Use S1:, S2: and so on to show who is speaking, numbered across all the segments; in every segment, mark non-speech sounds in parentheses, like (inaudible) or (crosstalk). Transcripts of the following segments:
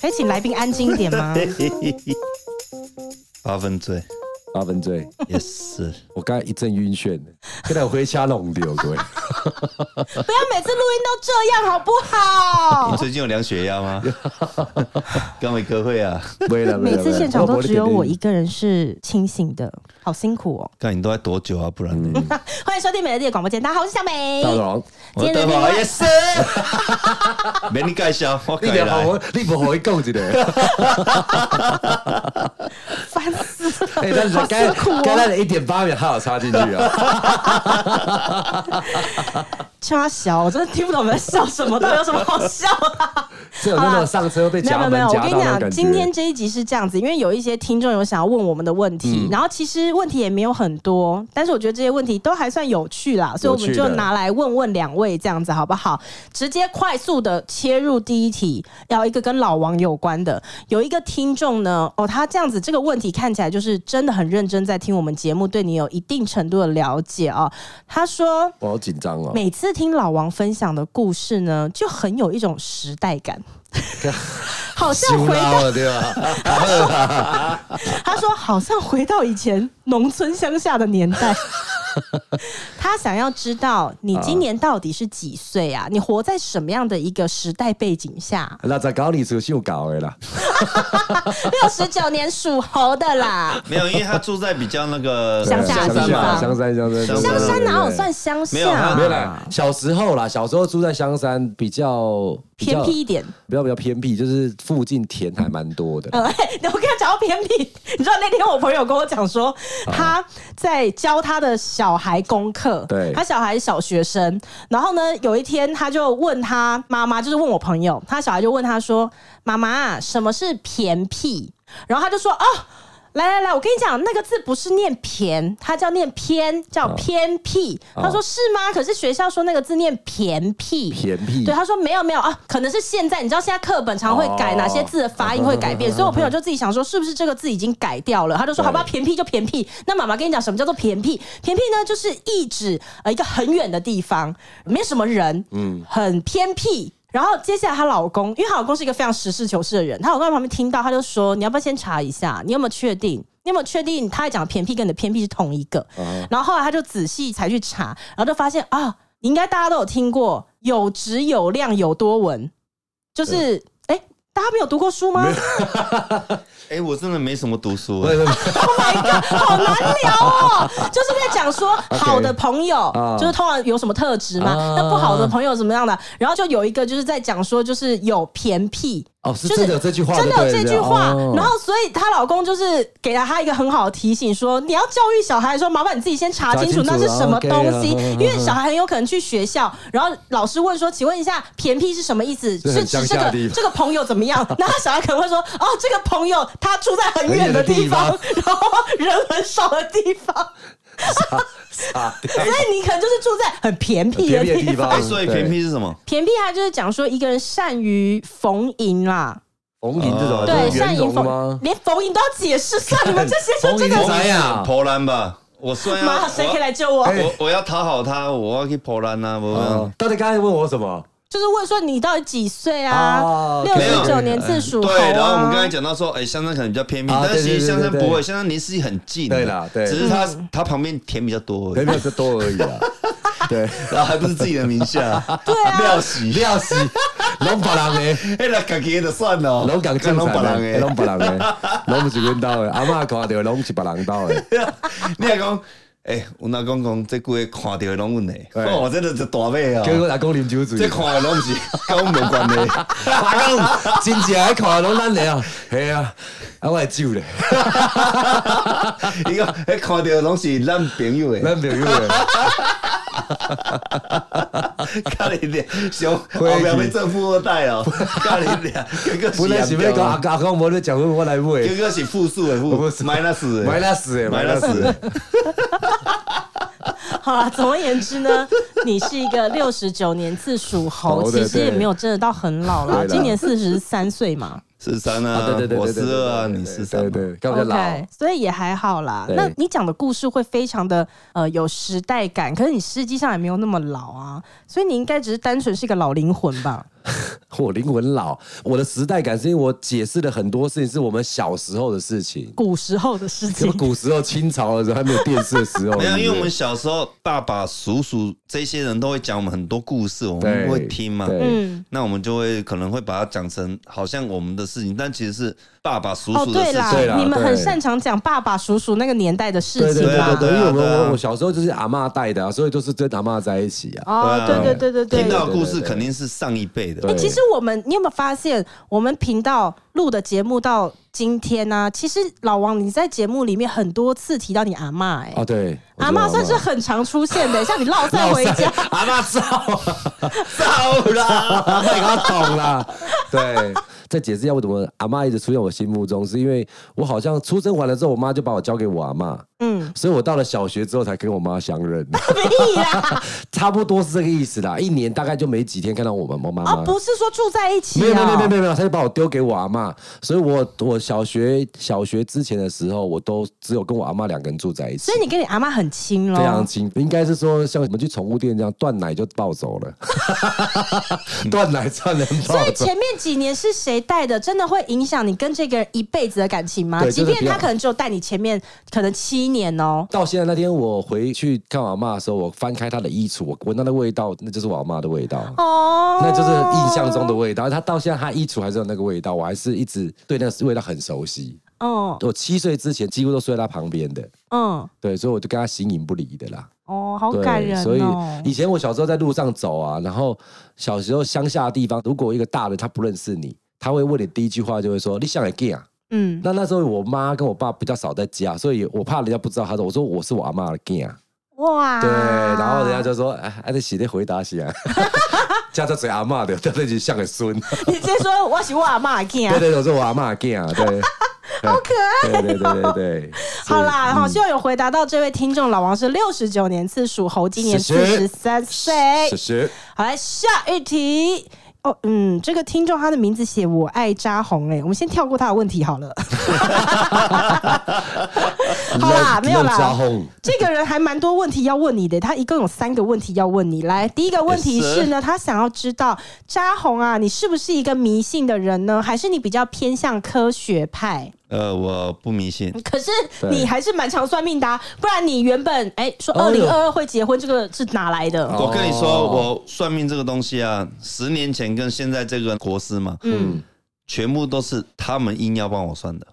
S1: 可以哎请来宾安静一点吗？
S2: 八分 (laughs) 醉
S3: 八分醉。
S2: 也是，
S3: 我刚才一阵晕眩，现在我回家弄丢各位。
S1: 不要每次录音都这样好不
S2: 你
S1: 好？
S2: (laughs) 最近有量血压吗？刚没开会啊，
S3: 没了没
S1: (laughs) 每
S3: 了，
S1: 次现场都只有我一
S3: 一。
S1: 个人是清醒的，好辛苦哦！ (laughs)
S2: 看你都在多久啊？不然呢？
S1: 欢迎收听美乐蒂的广播间，大家好，我是小美。
S3: 大龙，
S2: 我的
S1: 另
S2: 宝也
S1: 外
S2: 是， (laughs) 没你介绍，我
S3: 你
S2: 改
S3: 俩好
S2: 来。
S3: 好，你不好会够
S1: (laughs)
S3: 一个。
S1: 烦死了， (laughs)
S3: 哎，但是
S1: 好
S3: 该
S1: 辛苦
S3: 该那
S1: 哦！
S3: 的一点八秒，还好插进去啊。
S1: 超小，我真的听不懂你们在笑什么，到底有什么好笑啊？
S3: 这有那种上车被
S1: 没有没
S3: 夹
S1: 有没
S3: 门
S1: 有，我
S3: 夹
S1: 跟
S3: 到
S1: 你
S3: 的
S1: 讲，
S3: 感
S1: 今天
S3: 觉。啊
S1: 这一集是这样子，因为有一些听众有想要问我们的问题，
S3: 嗯
S1: 然后其实问题也没有很多，但是我觉得这些问题都还算有趣啦，所以我们
S3: 有趣
S1: 就
S3: 的
S1: 拿来问问两位这样子好不好？直接快速的切入第一题，要一个跟老王有关的，有一个听众呢，哦，他这样子这个问题看起来就是真的很认真在听我们节目，对你有一定程度的了解哦。他说。
S3: 我好紧张哦，
S1: 每次听老王分享的故事呢，就很有一种时代 (laughs) 感，好像回到
S3: 了对吧？
S1: 他说好像回到以前农村乡下的年 (laughs) 代。他想要知道你今年到底是几岁啊？你活在什么样的一个时代背景 (laughs) 下？
S3: (laughs) 那在搞你出秀搞的啦，
S1: 六十九年属猴的 (laughs) 啦，
S2: 没有，因为他住在比较那个
S1: 乡下的地
S2: 乡山
S1: 方
S2: 嘛，
S3: 香山香山
S1: 香山哪有？算
S3: 对
S1: 乡
S2: 没有
S1: 下？啊
S2: 他
S3: 没有啦，小时候啦，小时候住在香山，比较比
S1: 偏
S3: 较
S1: 僻一点。
S3: 比较比较偏僻，就是附近田还蛮多的。
S1: 呃， (laughs) 嘿我跟他讲到偏僻，你知道那天我朋友跟我讲说，
S3: 啊
S1: 他在教他的小孩功课，
S3: 对
S1: 他小孩是小学生，然后呢，有一天他就问他妈妈，就是问我朋友，他小孩就问他说：“妈妈，什么是偏僻？”然后他就说：“哦。”来来来，我跟你讲，那个字不是念偏，它叫念偏，
S3: 啊
S1: 叫偏僻。他说是吗？可是学校说那个字念偏僻，
S3: 偏僻
S1: 对，他说没有没有啊，可能是现在，你知道现在课本常会改哪些字的发音会改变，所以我朋友就自己想说，是不是这个字已经改掉了？他就说，
S3: 对
S1: 好吧，偏僻就偏僻。那妈妈跟你讲，什么叫做偏僻？偏僻呢，就是意指呃一个很远的地方，没什么人，嗯，很偏僻。然后接下来她老公，因为她老公是一个非常实事求是的人，她老公在旁边听到，他就说：“你要不要先查一下，你有没有确定？”你有没有确定他在讲的偏僻跟你的偏僻是同一个？然后后来他就仔细才去查，然后就发现啊，应该大家都有听过“有质有量有多文”，就是哎、诶大家没有读过书吗？
S2: 哎，我真的没什么读书哎
S3: 不，是不是
S1: Oh my god，好难聊哦！就是在讲说好的朋友
S3: 啊
S1: 就是通常有什么特质嘛，
S3: 啊
S1: 那不好的朋友怎么样的？然后就有一个就是在讲说，就是有偏僻。
S3: 哦，是
S1: 就是
S3: 真的有这句话就
S1: 真
S3: 对了，
S1: 的有这句话，
S3: 哦
S1: 然后所以她老公就是给了她一个很好的提醒说，你要教育小孩说，麻烦你自己先查清楚
S3: 查
S1: 那
S3: 清楚
S1: 是什么东西，
S3: OK 啊
S1: 因为小孩很有可能去学校，然后老师问说，请问一下偏僻是什么意思？
S3: 这
S1: 是
S3: 很
S1: 指
S3: 乡
S1: 这
S3: 下
S1: 个
S3: 的地方
S1: 这个朋友怎么样？ (laughs) 那他小孩可能会说，哦，这个朋友他住在很远的地方，
S3: 很
S1: (laughs) 然后人很少的地方，
S3: 啊
S1: (laughs) 所以你可能就是住在很偏僻的
S3: 偏僻
S1: 地
S3: 的地
S1: 方。
S2: 哎
S3: 方，
S2: 所以偏
S3: 对
S2: 僻是什么？
S1: (laughs) 偏僻他就是讲说一个人善于逢迎啊啦，
S3: 逢迎这种
S2: 哦
S1: 对，
S3: 啊这是
S1: 善
S3: 圆
S1: 于
S3: 融的
S1: 逢
S3: 吗？
S1: 连逢迎都要解释，算你们这些就这
S3: 逢迎
S1: 个
S3: 啥呀
S2: 波兰吧，我虽然
S1: 妈，谁可以来救我？
S2: 我我要讨好他，我要去波兰啊，我
S3: 哦到底刚才问我什么？
S1: 就是问说你到底几岁啊？
S3: 哦
S1: 六
S2: 没有
S1: 十九年次属猴啊。
S2: 对，然后我们刚才讲到说，哎，香山可能比较偏僻，
S3: 啊
S2: 但是其
S3: 对对
S2: 实
S3: 对
S2: 香山
S3: 对对
S2: 不会，香山离市区很近，
S3: 对啦对
S2: 只是它它旁边田比较多而
S3: 没
S2: 已，
S3: 有，这多而已啊。对，
S2: (laughs) 然后还不是自己的名下，对
S1: 啊
S2: 料席
S3: 料死，拢别人的，
S2: (laughs) 哎，那家己就算了，哎
S3: 拢共
S2: 跟 (laughs)
S3: 正
S2: 拢别
S3: 常
S2: 人
S3: 的，
S2: 的
S3: 拢。别人的，拢不是阮兜的。阿嬷看到拢是别人兜的。
S2: 你若讲，哎诶、阮阿公讲这句话看到的拢阮诶，
S3: 对
S2: 哇，真的是大尾啊、
S3: 叫阮阿公啉酒醉
S2: 这，看的
S3: (laughs)
S2: 拢毋是跟阮无关的，
S3: 阿公真正爱看拢咱的啊，系啊，啊我的酒咧，
S2: (laughs) 伊讲，迄看到的拢是咱朋友 (laughs) 的，
S3: 咱朋友咧，
S2: 家你俩想后面要做富二代哦、家你俩结果
S3: 本来
S2: 是
S3: 是
S2: 那
S3: 要讲阿
S2: 个，
S3: 公阿公无咧结婚，我来买。
S2: 结果是复数的
S3: 我
S2: 负
S3: 不是
S2: ，minus 的
S3: minus 的
S2: minus 的，
S1: 好了，总而言之呢，你是一个六十九年次属猴，
S3: 猴
S1: 其
S3: 的
S1: 实也
S3: 对
S1: 没有真的到很老啦，
S3: 对啦
S1: 今年四十三岁嘛。
S2: 四三啊，
S3: 对对对，
S2: 我
S3: 对
S2: 四
S3: 对对
S2: 二啊，
S3: 对
S2: 你四三
S3: 对
S2: 嘛，
S3: 对，对干嘛
S1: OK，
S3: 叫老？
S1: 所以也还好啦。
S3: 对
S1: 那你讲的故事会非常的呃有时代感，可是你实际上也没有那么老啊，所以你应该只是单纯是一个老灵魂吧？
S3: (laughs) 我灵魂老，我的时代感是因为我解释了很多事情是我们小时候的事情，
S1: 古时候的事
S3: 什
S1: 情
S3: 么，古时候、清朝的时候还没有电视的时候，
S2: 没有，因为我
S3: 对
S2: 们小时候，爸爸、叔叔这些人都会讲我们很多故事，我们
S3: 对
S2: 会听嘛。
S3: 对
S1: 嗯。
S2: 那我们就会可能会把它讲成好像我们的事情，但其实是爸爸、叔
S1: 哦，
S2: 叔的
S1: 对
S2: 事情。
S1: 啦，
S3: 对啦
S1: 你们很
S3: 对
S1: 擅长讲爸爸、叔叔那个年代的事
S3: 对对
S1: 情
S3: 对
S1: 啦。
S3: 对
S2: 对
S3: 对，
S2: 啊
S3: 因为我
S2: 对啊
S3: 们我小时候就是阿嬷带的啊，所以就是跟阿嬷在一起啊。
S1: 哦，对对对对对，
S2: 听到的故事肯定是上一辈的 (laughs)
S1: 哎、
S3: 对。
S1: 其实我们，你有没有发现，我们频道录的节目到今天呢、其实老王你在节目里面很多次提到你阿嬷、哎、
S3: 哦，对，
S1: 阿嬷算是很常出现的、像你落赛回家，
S3: 阿妈照
S2: 照啦，
S3: 阿妈搞懂啦。对，再解释一下为什么阿妈一直出现我心目中，是因为我好像出生完了之后，我妈就把我交给我阿妈，
S1: 嗯，
S3: 所以我到了小学之后才跟我妈相认，
S1: 屁啦，
S3: 差不多是这个意思啦。一年大概就没几天看到我们我妈
S1: 哦，
S3: 妈。
S1: 不是说住在一起、哦，
S3: 没有没有没有没有没有没有，他就把我丢给我阿妈，所以我我小学小学之前的时候，我都只有跟我阿妈两个人住在一起
S1: 所以。你跟你阿嬷很亲喽
S3: 非，常亲，应该是说像我们去宠物店这样断奶就抱走
S1: (laughs)
S3: 了，断奶断人
S1: 所
S3: 抱
S1: 以
S3: 走。
S1: 前面几年是谁带的，真的会影响你跟这个人一辈子的感情吗？
S3: 对
S1: 即
S3: 真的
S1: 便
S3: 不要
S1: 他可能只有带你前面可能七年哦、
S3: 到现在那天我回去看我妈的时候，我翻开她的衣橱，我闻到的味道，那就是我妈的味道。
S1: 哦，
S3: 那就是印象中的味道，她到现在她衣橱还是有那个味道，我还是一直对那个味道很熟悉。
S1: 哦，
S3: 我七岁之前几乎都睡在她旁边的，
S1: 嗯，
S3: 对，所以我就跟她形影不离的啦。
S1: 哦，好
S3: 对，
S1: 感人哦、
S3: 所以以前我小时候在路上走啊，然后小时候乡下的地方，如果一个大人他不认识你，他会问你第一句话就会说：“你想来 gay 啊
S1: 嗯？”，
S3: 那那时候我妈跟我爸比较少在家，所以我怕人家不知道。他说：“我说我是我阿妈的 gay 啊。”
S1: 哇，
S3: 对，然后人家就说：“哎，哎，这写的回答是啊， (laughs) 加在嘴阿妈的，他自己像个孙。”
S1: (laughs) 你直接说我是我阿妈见
S3: 对。对对，我是我阿妈的 gay 啊，对，好可爱。对对对对对，
S1: (laughs) 哦好啦，
S3: 嗯
S1: 好，希望有回答到这位听众。老王是六十九年次属猴，今年
S3: 谢
S1: 四
S3: 谢
S1: 十三岁
S3: 谢。谢。
S1: 好来，下一题。哦，嗯，这个听众他的名字写“我爱扎红”哎，我们先跳过他的问题
S3: (laughs)
S1: 好了。好啦，
S3: Love-
S1: 没有
S3: love 扎
S1: 啦
S3: 红。
S1: 这个人还蛮多问题要问你的，他一共有三个问题要问你。来，第一个问题是呢，他想要知道扎红啊，你是不是一个迷信的人呢？还是你比较偏向科学派？
S2: 呃，我不迷信，
S1: 可是
S3: 对
S1: 你还是蛮常算命的、啊，不然你原本哎、说二
S3: 哦
S1: 零
S3: 哟
S1: 二二会结婚，这个是哪来的？
S2: 我跟你说，我算命这个东西啊，十年前跟现在这个国师嘛，嗯，全部都是他们硬要帮我算的，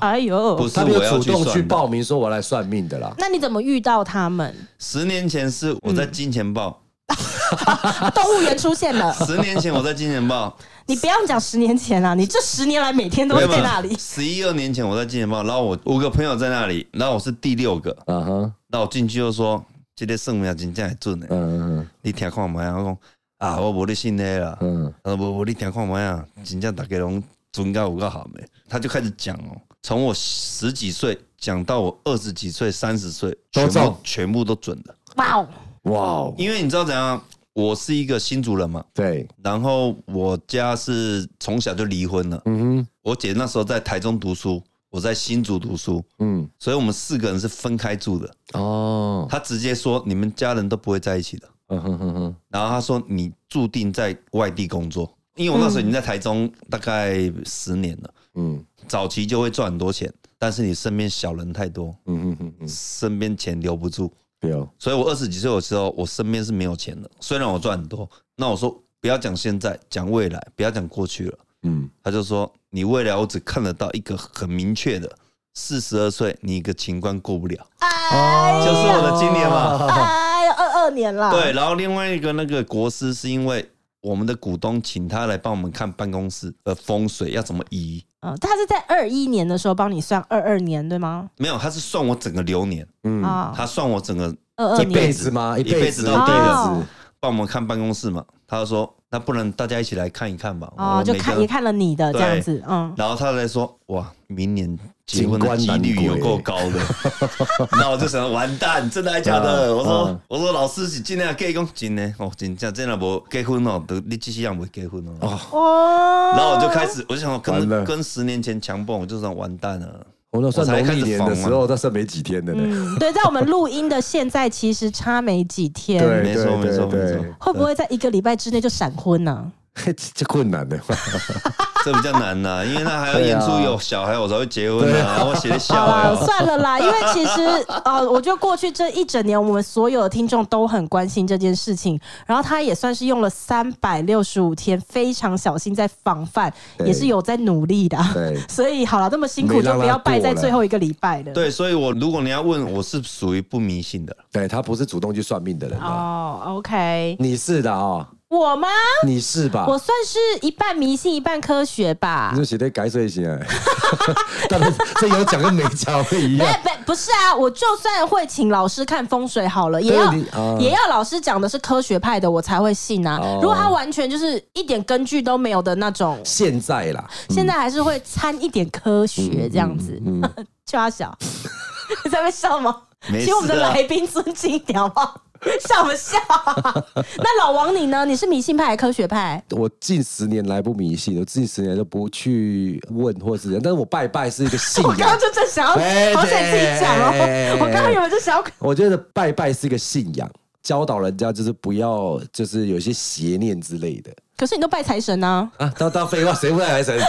S1: 哎呦，
S2: 不是
S3: 哦他没有
S2: 我要
S3: 主
S2: 去
S3: 动去
S2: 算的。
S3: 报名说我来算命的啦。
S1: 那你怎么遇到他们？
S2: 十年前是我在金钱豹，
S1: 动物园出现了， (laughs)
S3: 嗯
S2: 十年前我在金钱
S3: (laughs)
S2: 豹，
S1: 你不要讲十年前啦、你这十年来每天都
S2: 没
S1: 会
S2: 有
S1: 在那里。
S2: 十一二年前我在金钱豹，然后我五个朋友在那里，然后我是第六个，
S3: 啊哈，
S2: 那我进去就说，这个算命真正会准的，
S3: 嗯嗯
S2: 你听看麦啊，我讲啊，我无你信的啦，
S3: 嗯嗯，
S2: 他说无无呃你听看麦啊，真正大家拢准到有够好的，他就开始讲哦，从我十几岁讲到我二十几岁、三十岁，
S3: 都
S2: 全部
S3: 中
S2: 全部都准的，
S1: (laughs) 哇哦，
S3: 哇哦，
S2: 因为你知道怎样啊，我是一个新族人嘛，
S3: 对，
S2: 然后我家是从小就离婚了，
S3: 嗯哼，
S2: 我姐那时候在台中读书，我在新竹读书，
S3: 嗯，
S2: 所以我们四个人是分开住的。
S3: 哦，
S2: 她直接说你们家人都不会在一起的，
S3: 嗯哼哼哼，
S2: 然后她说你注定在外地工作，因为我那时候已经在台中大概十年了，
S3: 嗯
S2: 早期就会赚很多钱，但是你身边小人太多，
S3: 嗯哼哼哼，
S2: 身边钱留不住，
S3: 对哦，
S2: 所以我二十几岁的时候，我身边是没有钱的，虽然我赚很多，那我说不要讲现在，讲未来，不要讲过去了。
S3: 嗯，
S2: 他就说：“你未来我只看得到一个很明确的，四十二岁你一个情关过不了，
S1: 哎
S2: 就是我的经验嘛。
S1: 哎，二二年了，
S2: 对，，然后另外一个那个国师是因为我们的股东请他来帮我们看办公室的风水要怎么移，
S1: 嗯，他是在二一年的时候帮你算二二年对吗？
S2: 没有，他是算我整个流年，
S3: 嗯
S1: 啊、
S2: 他算我整个
S1: 二二
S2: 这
S3: 一辈
S1: 年，
S3: 子吗？一
S2: 一辈
S3: 辈
S2: 子
S3: 子，
S2: 都
S3: 一
S2: 对
S1: 哦
S3: 辈子，
S2: 帮我们看办公室嘛。他就说：那不然大家一起来看一看吧。我
S1: 哦，
S2: 们
S1: 就
S2: 每个
S1: 看
S2: 人
S1: 也看了你的这
S2: (laughs) 对
S1: 样子，嗯，
S2: 然后他来说：哇，明年结婚的
S3: 景观
S2: 几
S3: 难
S2: 率有
S3: 归
S2: 够高的， (laughs) 那我就想完蛋，真的还假的？
S3: 嗯
S2: 我说、
S3: 嗯
S2: 我说老师是尽量结讲真的哦，真正真的无结婚哦，都你这些样没结婚哦。
S1: 哦，
S2: 然后我就开始，我就想说
S3: 完了
S2: 跟跟十年前强蹦，我就想完蛋了。
S3: 我那算
S2: 我才
S3: 农
S2: 开
S3: 历
S2: 始
S3: 年的
S2: 疯
S3: 时
S2: 啊
S3: 候，那剩没几天的呢。
S1: 嗯，对，在我们录音的现在，其实差没几天，
S3: 对
S2: 没错
S3: 对
S2: 没错
S3: 对
S2: 没错
S3: 对，
S1: 会不会在一个礼拜之内就闪婚呢、
S3: 嘿 (laughs) 这困难的， (laughs)
S2: 这比较难呐、因为那还要
S3: 对
S2: 演
S3: 啊
S2: 出有小孩，我才会结婚啊，我写的小
S1: 好
S2: 孩
S3: (laughs)
S1: 啦，
S2: 哦。
S1: 算了啦，因为其实呃，我觉得过去这一整年，我们所有的听众都很关心这件事情，然后他也算是用了三百六十五天，非常小心在防范，
S3: 对
S1: 也是有在努力的啊、
S3: 对
S1: (laughs) 所以好了，这么辛苦
S3: 没
S1: 就
S3: 让
S1: 不
S3: 他
S1: 要败
S3: 过
S1: 在
S3: 了
S1: 最后一个礼拜了。
S2: 对，所以我如果你要问，我是属于不迷信的。
S3: 对他不是主动去算命的人啊。
S1: 哦，OK，
S3: 你是的哦，
S1: 我吗？
S3: 你是吧？
S1: 我算是一半迷信，一半科学吧
S3: 你。就写的 (laughs) 改水型啊，但是这有讲跟没讲不一
S1: (laughs)
S3: 样。
S1: 不不是啊，我就算会请老师看风水好了，也
S3: 对
S1: 要、
S3: 你啊
S1: 也要老师讲的是科学派的，我才会信啊。
S3: 哦
S1: 如果他完全就是一点根据都没有的那种，
S3: 现在啦，
S1: 现在还是会掺一点科
S3: 嗯
S1: 学这样子。 (laughs) 就要笑，你在那边笑吗？
S2: 没事啊
S1: 请我们的来宾尊敬一点好不好？笑什么笑啊、 (laughs) 那老王你呢？你是迷信派还是科学派？
S3: 我近十年来不迷信，我近十年都不去问或是人，但是我拜拜是一个
S1: (laughs)
S3: 信
S1: 我刚
S3: 仰
S1: 刚。就正想要，
S3: 哎
S1: 好想自己讲哦、
S3: 哎哎哎
S1: 我刚刚原本就想要
S3: 我觉得拜拜是一个信仰，教导人家就是不要就是有一些邪念之类的
S1: 可是你都拜财神啊！
S3: 啊。当当废话，谁 (laughs) 不拜财神？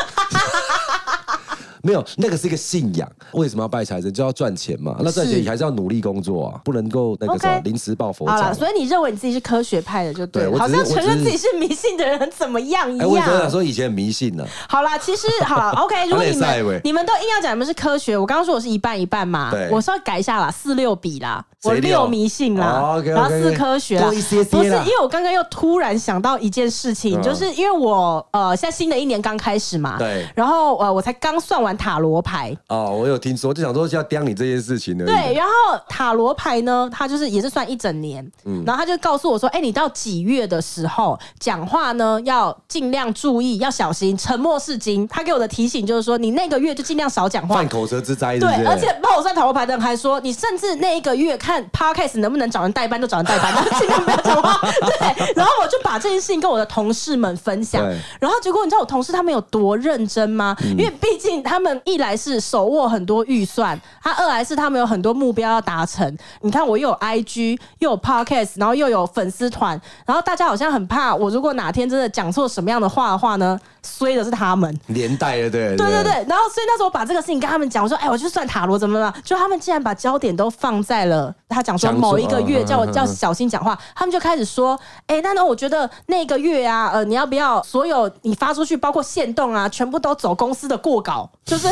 S3: 没有，那个是一个信仰。为什么要拜财神？就要赚钱嘛。那赚
S1: 是
S3: 钱你还是要努力工作啊，不能够那个什么
S1: OK
S3: 临时抱佛
S1: 好
S3: 脚啊
S1: 了，。所以你认为你自己是科学派的就对了，
S3: 对我
S1: 好
S3: 只是
S1: 像承认
S3: 我只
S1: 自己
S3: 是
S1: 是迷信的人很怎么样一
S3: 哎，我也想
S1: 样。
S3: 说以前很迷信呢、
S1: 好啦，其实好
S3: (laughs)
S1: 了，OK，如果你
S3: 好嘞赛
S1: 们
S3: 喂
S1: 你们都硬要讲你们是科学，我刚刚说我是一半一半嘛
S3: 对，
S1: 我稍微改一下啦，四六比啦，
S3: 谁
S1: 我
S3: 六
S1: 六迷信啦
S3: 哦，，OK，OK，OK
S1: 然后四科学啦
S3: 多一些，些啦
S1: 不是因为我刚刚又突然想到一件事情，
S3: 嗯
S1: 就是因为我呃现在新的一年刚开始嘛，
S3: 对
S1: 然后呃我才刚算完塔罗牌，
S3: 哦，我有听说，就想说要刁你这件事情而已。
S1: 对，，然后塔罗牌呢，它就是也是算一整年，
S3: 嗯
S1: 然后他就告诉我说，哎、你到几月的时候讲话呢，要尽量注意，要小心，沉默是金。他给我的提醒就是说，你那个月就尽量少讲话
S3: 犯。口舌之灾，
S1: 对
S3: 是不，是
S1: 而且帮我算塔罗牌的人还说，你甚至那一个月看 podcast 能不能找人代班就找人代班，然 (laughs) 后尽量不要讲话。对，然后我就把这件事情跟我的同事们分享
S3: 对，嗯
S1: 然后结果你知道我同事他们有多认真吗？因为毕竟他们一来是手握很多预算，他二来是他们有很多目标要达成。你看我又有 IG，又有 Podcast，然后又有粉丝团，然后大家好像很怕我如果哪天真的讲错什么样的话的话呢，衰的是他们。
S3: 连带的，对
S1: 对对对，然后所以那时候我把这个事情跟他们讲，我说，哎，我去算塔罗怎么了？就他们竟然把焦点都放在了他讲说
S3: 讲说
S1: 某一个月
S3: 嗯
S1: 叫我
S3: 嗯嗯
S1: 叫小心讲话，他们就开始说，哎，那那我觉得那个月啊，呃，你要不要所有你发出去，包括限动啊，全部都走公司的过稿， (laughs) 就是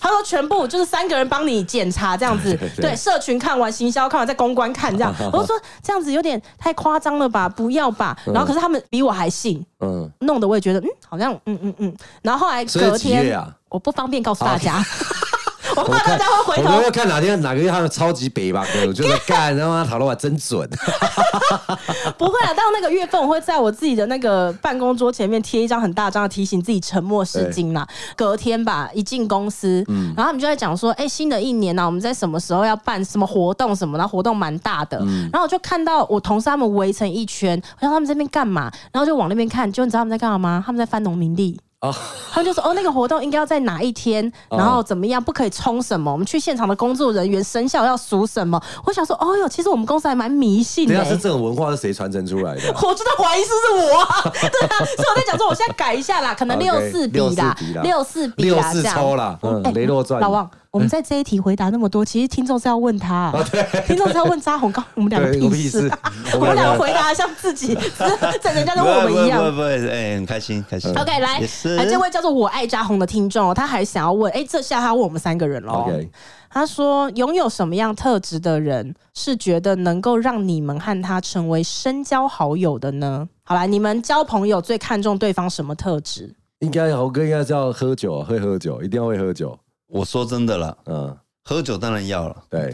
S1: 他说全部就是三个人帮你检查这
S3: (laughs)
S1: 样子，对，社群看完，行销看完，再公关看这样，我就说这样子有点太夸张了吧，不要吧。然后可是他们比我还信，
S3: 嗯，
S1: 弄得我也觉得，嗯，好像，嗯嗯嗯。然后后来
S3: 所以
S1: 隔
S3: 几月
S1: 天，
S3: 啊
S1: 我不方便告诉大 (laughs) 家，我怕大家会回
S3: 我们
S1: 头
S3: 要。看哪天哪个月他们超级北吧，我觉
S1: (laughs)
S3: 得干他妈塔罗牌真准， (laughs)
S1: 不会啊，到那个月份，我会在我自己的那个办公桌前面贴一张很大张的提醒自己沉默是金啦。
S3: 哎
S1: 隔天吧，一进公司，
S3: 嗯
S1: 然后他们就在讲说，哎，新的一年呢、我们在什么时候要办什么活动什么，然后活动蛮大的。
S3: 嗯
S1: 然后我就看到我同事他们围成一圈，我想他们这边干嘛，然后就往那边看，就你知道他们在干嘛吗？他们在翻农民历。
S3: 哦
S1: 他们就说哦，那个活动应该要在哪一天，然后怎么样，不可以冲什么，我们去现场的工作人员生效要数什么。我想说，哦哟，其实我们公司还蛮迷信
S3: 等
S1: 的、欸
S3: 一下啊是这种文化是谁传承出来
S1: (laughs)
S3: 的？
S1: 我真的怀疑是不是我、啊， (laughs) 对啊，所以我在讲说，我现在改一下
S3: (laughs)
S1: 啦，可能
S3: OK，
S1: 六四比啦
S3: 64比，啦
S1: 六四比
S3: 六
S1: 啦，
S3: 四
S1: 啊这样
S3: 抽啦，嗯
S1: 哎，
S3: 雷洛传。
S1: 老王，我们在这一题回答那么多，其实听众是要问他、啊
S3: (laughs)
S1: 听众是要问扎红刚我们两个
S3: 对，我
S1: 屁
S3: 屁
S1: 事
S3: 事
S1: 啊，，
S3: 我
S1: (laughs) 我们
S3: 们
S1: 两个
S3: 两个
S1: 回答像自己，在人家
S2: 不
S1: 都问我们一
S2: 不
S1: 样
S2: 不。不，哎，很开心开心。
S3: 嗯
S1: OK，来
S2: 也，是
S1: 来，这位叫做我爱扎红的听众哦，他还想要问，哎，这下他问我们三个人喽。
S3: OK，
S1: 他说，拥有什么样特质的人是觉得能够让你们和他成为深交好友的呢？好啦，你们交朋友最看重对方什么特质？
S3: 应该猴哥应该是要喝酒，会喝酒，一定要会喝酒。
S2: 我说真的啦，
S3: 嗯，
S2: 喝酒当然要了，
S1: (laughs)
S3: 对，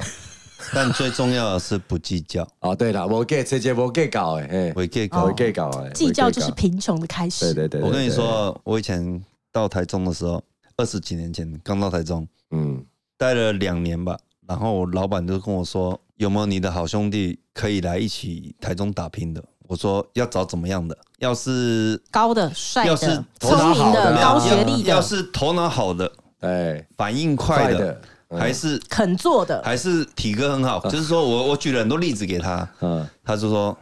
S2: 但最重要的是不计较。
S3: 哦对了，我 get 直接我 get 搞哎，
S2: 我可以搞
S1: 哦
S3: 我 get 搞哎，
S1: 计较就是
S3: 我 get
S1: 贫穷的开
S3: 搞对
S1: 始。
S3: 对对，对
S2: 我跟你
S3: 对，
S2: 说，我以前到台中的时候，二十几年前刚到台中，
S3: 嗯，
S2: 待了两年吧，然后我老板就跟我说，有没有你的好兄弟可以来一起台中打拼的？我说要找怎么样的？要是
S1: 高的、帅
S2: 要
S1: 的、
S2: 是
S1: 聪
S2: 头
S3: 脑
S1: 明
S3: 好的
S1: 的、
S3: 啊
S1: 高学历
S2: 要
S1: 的、
S2: 是头脑好的，
S3: 哎，
S2: 反应快
S3: 快
S2: 的
S3: 的，嗯
S2: 还是
S1: 肯做的，
S2: 还是体格很好，就是说我我举了很多例子给他，
S3: 嗯，
S2: 他就说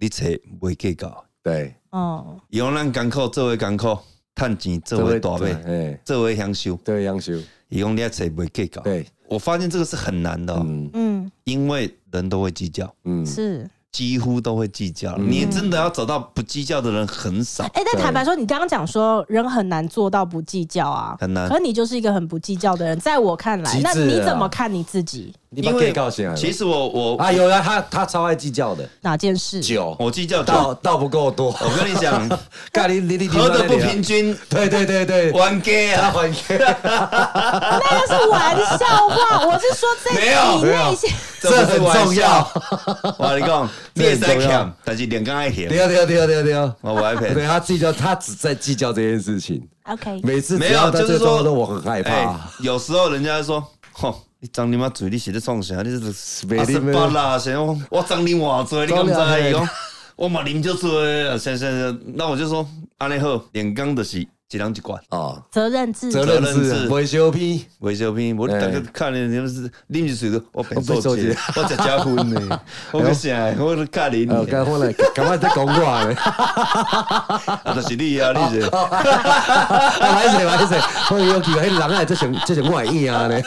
S2: 你这不会计较，
S3: 对，
S1: 哦，
S2: 用咱艰苦做为艰苦，趁钱做为大哦
S3: 位
S2: 辈，
S3: 哎，
S2: 做为享受，
S3: 对，杨修，
S2: 伊讲你要找不会计较。
S3: 对，
S2: 我发现这个是很难的、哦，
S3: 嗯
S1: 嗯，
S2: 因为人都会计较，
S3: 嗯，
S1: 是。
S2: 几乎都会计较。
S3: 嗯
S2: 你真的要找到不计较的人很少。
S1: 哎、但
S3: 对
S1: 坦白说，你刚刚讲说人很难做到不计较啊，
S2: 很难
S1: 可你就是一个很不计较的人，在我看来，
S3: 极致
S1: 那你
S3: 了
S1: 怎么看你自己
S3: 你把给告诉
S2: 其实我我、
S3: 啊，有啊，他他超爱计较的，
S1: 哪件事？
S3: 酒
S2: 我计较
S3: 倒
S2: 到，
S3: 倒不够多，
S2: 我跟你讲，
S3: 咖喱 (laughs) 你你
S2: 喝的不
S3: 啊
S2: 平，均，
S3: 对对对对，
S2: 玩 gay
S3: 他
S2: 啊，
S3: (laughs) 还
S1: 那个是玩笑话，我是说在
S2: 没有
S1: 体内先。
S3: 这很重要，
S2: (laughs) 我跟你讲，你也
S3: (laughs) 这很重
S2: 在
S3: 要
S2: 欠，但是脸刚爱甜
S3: 对，啊对啊对啊对啊对啊，
S2: 我我爱赔。
S3: 对他计较，他只在计较这件事情，
S1: (laughs) OK，
S3: 每次
S2: 哎没
S3: 只要
S2: 有，
S3: 他
S2: 就
S3: 这
S2: 是
S3: 个
S2: 说哎
S3: 状况都我很害怕，
S2: 有时候人家会说，吼，你张你妈嘴，你写的创啥？你这是
S3: 没
S2: 阿
S3: 你
S2: 十八啦，想要我张你偌嘴，你敢知
S3: 张你偌
S2: 伊
S3: 多
S2: 讲我嘛啉就醉啊，想想想，那我就说安尼好，连刚就是一人一罐，
S3: 啊，
S1: 责任
S2: 嗯
S1: 制，
S3: 责任制维修批，
S2: 维修片，我
S3: 哎
S2: 大家看你你们是啉一水都我变
S3: 我变
S2: 瘦
S3: 瘦
S2: 姐
S3: 姐，
S2: 我食加分
S3: (laughs)
S2: 呢，我个啥？我都看你，
S3: 呃，刚后来赶快再讲话嘞， (laughs)
S2: 啊就是你啊，你是。
S3: 来谁来谁， (laughs) 我有机会，人啊，这想这想我硬啊嘞，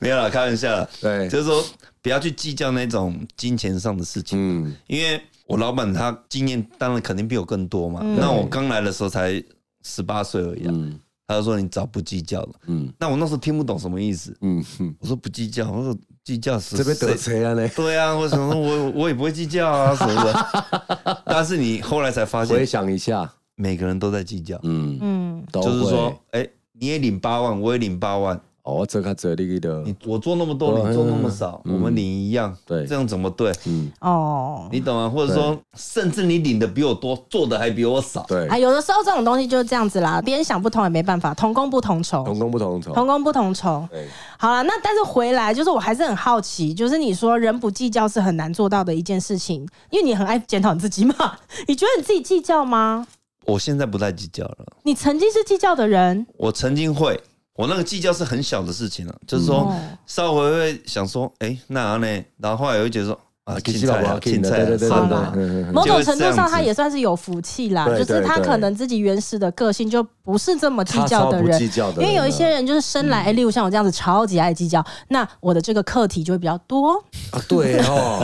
S2: 没有啦，开玩笑啦。
S3: 对
S2: 就是说不要去计较那种金钱上的事情，
S3: 嗯，
S2: 因为我老板他经验当然肯定比我更多嘛。那我刚来的时候才十八岁而已、啊，
S3: 嗯
S2: 他就说你早不计较了。
S3: 嗯
S2: 那我那时候听不懂什么意思，
S3: 嗯嗯，
S2: 我说不计较，我说计较是
S3: 这边得
S2: 谁
S3: 谁啊嘞？
S2: 对啊，我想说
S3: (laughs)
S2: 我我也不会计较啊什么的，但是你后来才发
S3: 回
S2: 现
S3: 想一下，
S2: 每个人都在计较，
S3: 嗯，
S1: 嗯，
S3: 都
S2: 就是
S3: 会
S2: 说，哎、你也领八万，我也领八万，
S3: 哦，我这个嘴里的，
S2: 你我做那么多，你做那么少，我们领一样，
S3: 嗯对
S2: 这样怎么对？
S3: 嗯，
S1: 哦，
S2: 你懂吗？或者说，甚至你领的比我多，做的还比我少。
S3: 对
S1: 啊，，有的时候这种东西就是这样子啦，别人想不通也没办法，同工不同酬，
S3: 同工不同酬，
S1: 同工不同酬。
S3: 对，
S1: 好了，那但是回来就是我还是很好奇，就是你说人不计较是很难做到的一件事情，因为你很爱检讨你自己嘛。你觉得你自己计较吗？
S2: 我现在不太计较了。
S1: 你曾经是计较的人，
S2: 我曾经会，我那个计较是很小的事情了、就是说
S1: 嗯
S2: 稍微会想说，哎，那样呢？然后后来又觉得说，啊，
S3: 其
S2: 青
S3: 实
S2: 菜
S3: 老
S2: 啊，
S3: 婆
S2: 青菜
S3: 对
S2: 啊
S3: 对对
S1: 算
S2: 算了
S1: 了
S2: 啊。
S3: 对
S1: 某种程度
S2: 就会这样
S1: 上
S2: 子
S1: 他也算是有福气啦，
S3: 对
S1: 就是他
S3: 对对
S1: 可能自己原始的个性就不是这么计较
S2: 嗯
S1: 的人
S3: 计。较的
S1: 因
S3: 人啊，嗯
S1: 为有一些人就是生来，哎例如像我这样子超级爱计较，那我的这个课题就会比较多。
S3: 啊，对哦，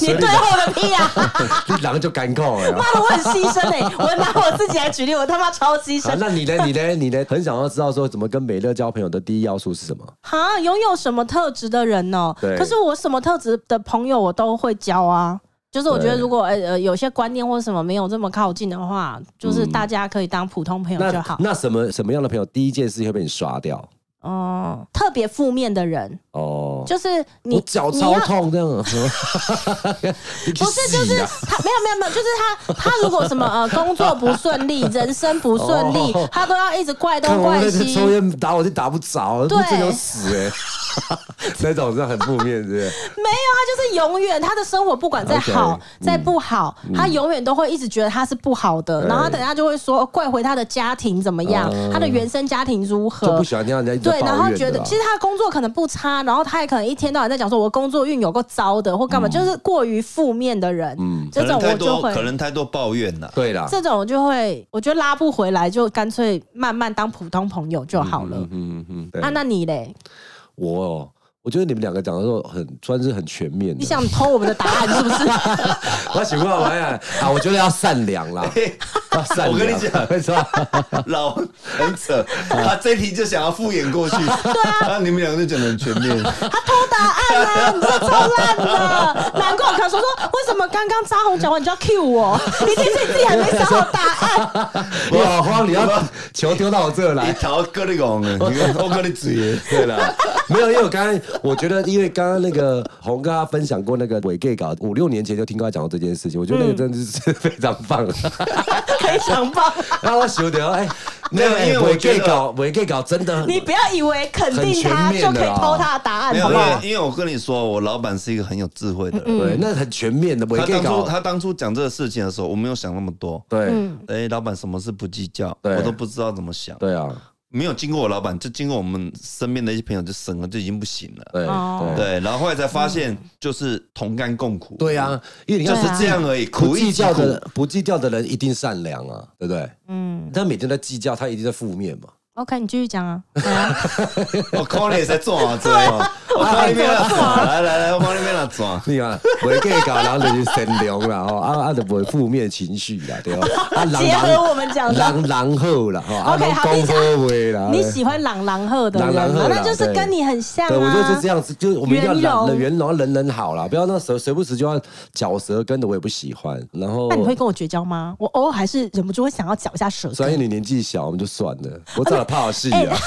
S1: 你
S3: (laughs) 所以
S1: 对我个屁啊！
S3: 你人就尴尬
S1: (laughs)
S3: 了呀。
S1: 妈的，我很牺牲
S3: (laughs)
S1: 哎、我拿我自己来举例，我他妈超牺
S3: 啊
S1: 牲，。
S3: 那你呢？你呢？你呢？很想要知道说怎么跟美乐交朋友的第一要素是什么？
S1: 哈，拥有什么特质的人哦、
S3: 对
S1: 可是我什么特质的朋友我都会交啊。就是我觉得，
S3: 对
S1: 如果呃呃有些观念或什么没有这么靠近的话，就是
S3: 嗯
S1: 大家可以当普通朋友就
S3: 那
S1: 好。
S3: 那什么什么样的朋友第一件事会被你刷掉？
S1: 哦、特别负面的人，
S3: 哦，
S1: 就是你
S3: 我脚
S1: 你
S3: 超
S1: 要
S3: 痛这样。 (laughs)
S1: 不
S3: 不
S1: 是，就是
S3: 啊
S1: 他没有没有没有，就是他他如果什么呃工作不顺
S3: (laughs)
S1: 利，人生不顺利
S3: 哦，
S1: 他都要一直怪
S3: 看
S1: 东
S3: 我
S1: 怪
S3: 在这
S1: 西。
S3: 抽烟打我就打不着，
S1: 对
S3: 不真想死哎、 (laughs) 那种是很负面，是不
S1: (laughs)
S3: 是？
S1: 没有，他就是永远他的生活不管再好
S3: OK，嗯
S1: 再不好，他永远都会一直觉得他是不好的，
S3: 对
S1: 然后他等下就会说哦怪回他的家庭怎么样，
S3: 嗯
S1: 他的原生家庭如
S3: 就
S1: 何
S3: 不。喜欢听到人家一直
S1: 对，然
S3: 抱
S1: 后
S3: 怨
S1: 觉
S3: 的
S1: 得
S3: 啦
S1: 其实他的工作可能不差，然后他也可能一天到晚在讲说，我工作运有够糟的，或干嘛，
S3: 嗯
S1: 就是过于负面的人，
S2: 可
S1: 这种
S2: 能
S1: 我
S2: 太
S1: 就
S2: 多，
S1: 会，
S2: 可能太多抱怨
S3: (laughs)
S2: 了。
S3: 对啦，
S1: 这种我就会，我觉得拉不回来，就干脆慢慢当普通朋友就好了。
S3: 嗯嗯嗯，对
S1: 啊，那你嘞？
S3: 我哦，我觉得你们两个讲的时候很算是很全面
S1: 你
S3: 的。 (laughs)
S1: 想偷我们的答案是不啊是？
S3: 我想过来啊，啊，我觉得要善良
S1: (laughs)
S3: 啦，要善良。
S2: 我跟你讲
S3: (laughs) 没错，
S2: 老很扯，他这题就想要敷衍
S1: (laughs)
S2: 过去，对啊，你们两个就讲的很全面。
S1: 答案啊！你这超烂的，难怪我刚说说为什么刚刚扎红讲完你就要 Q 我，你这次自己还没想好答案。
S3: 我好慌，你要球丢到我这
S2: 你
S3: 来。
S2: 头割你戆的，你看我割你嘴的。
S3: 对了，没有，因为我刚刚我觉得，因为刚刚那个红跟他分享过那个伪 gay 稿，五六年前就听过他讲过这件事情，我觉得那个真的是非常棒。
S1: 非常棒，
S3: 然后我想到，哎、
S2: 没有，因为我
S3: 伪
S2: 觉
S3: gay
S2: 得
S3: 搞伪 gay 搞真的很
S1: 你不要以为肯定他
S3: 很
S1: 就
S3: 全面
S1: 可
S3: 的
S1: 以
S3: 啊
S1: 偷他的答案，
S2: 没
S1: 好
S2: 有，
S1: 不
S2: 因
S1: 好？
S2: 为因为我跟你说，我老板是一个很有智慧的人。
S3: 对，那很全面的伪
S2: 他
S3: gay
S2: 当初
S3: 搞，
S2: 他当初讲这个事情的时候，我没有想那么多。
S3: 对
S1: 嗯
S2: 哎、老板，什么事不计较？
S3: 对
S2: 我都不知道怎么想。
S3: 对啊，
S2: 没有经过我老板，就经过我们身边的一些朋友，就整个就已经不行了。
S3: 对
S1: 哦
S3: 对
S2: 对，然后后来才发现，就是同甘共苦。
S3: 对啊，因为你
S2: 就
S3: 看
S2: 是
S1: 对啊
S2: 这样而已，
S3: 不
S2: 苦一
S3: 计
S2: 起
S3: 较
S2: 苦
S3: 的人不计较的人一定善良啊，对不对？嗯，他每天在计较，他一定在负面嘛。
S1: ，OK，你继续讲
S3: (laughs)
S1: 啊。
S2: 我靠，你也在抓啊，这样，我靠你边来
S3: 啊
S2: 抓，来来来，我帮你边来 (laughs) 抓。
S3: 你看，伪 gay 搞，然后人就善良啦，哦，啊啊，就不会负面情绪啦，对吧？啊，人
S1: 结合我们讲的
S3: 人人好啦，哦，啊，
S1: OK，
S3: 拢
S1: 好你
S3: 讲好话啦。
S1: 你喜欢朗朗赫的人
S3: 朗朗
S1: 吗
S3: 赫？啦
S1: 那就是
S3: 对
S1: 跟你很像啊。
S3: 对，我就是这样子，就是我们一定
S1: 圆
S3: 要
S1: 融
S3: 人人然后人人好啦，不要那时候时不时就要嚼舌根的，我也不喜欢。然后
S1: 那，啊你会跟我绝交吗？我偶尔还是忍不住会想要嚼一下舌
S3: 虽
S1: 根。
S3: 然你年纪小，我们就算
S1: 啊
S3: 了，我找了怕戏
S1: 哎、
S3: 啊。
S1: (laughs)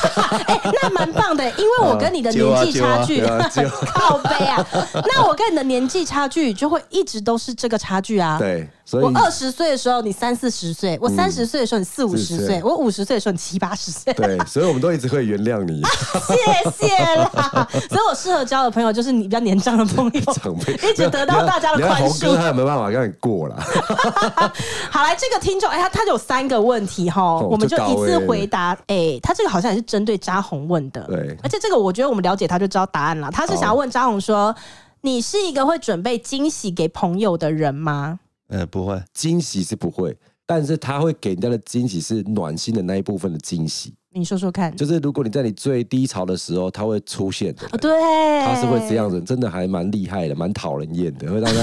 S1: 哎那蛮棒的，因为我跟你的年纪差距，
S3: 揪啊揪啊
S1: (laughs) 靠背啊。那我跟你的年纪差距就会一直都是这个差距啊。。
S3: 对，所以嗯
S1: 我二十岁的时候，你三四十岁；我三十岁的时候，你四五十
S3: 40
S1: 岁；我五十岁的时候，你七八十岁。
S3: 对，所以我们都一直会原谅你
S1: 谢谢啦！所以我适合交的朋友就是你比较年长的朋友，
S3: 长辈，
S1: 一直得到大家
S3: 你
S1: 的
S3: 看
S1: 宽
S3: 红
S1: 恕
S3: 哥。啊他也没办法让你过了，
S1: 好来，这个听众，哎、他他有三个问题
S3: 哦
S1: 哈，我们就一次回答。哎、他这个好像也是针对扎红问的，
S3: 对哦
S1: 而且这个我觉得我们了解他就知道答案了。他是想要问扎红说：“你是一个会准备惊喜给朋友的人吗
S2: 呃，不会，
S3: 惊喜是不会。但是他会给人家的惊喜是暖心的那一部分的惊喜，？”
S1: 你说说看。
S3: 就是如果你在你最低潮的时候，他会出现的。
S1: 哦，对，
S3: 他是会这样子，真的还蛮厉害的，蛮讨人厌的，会让他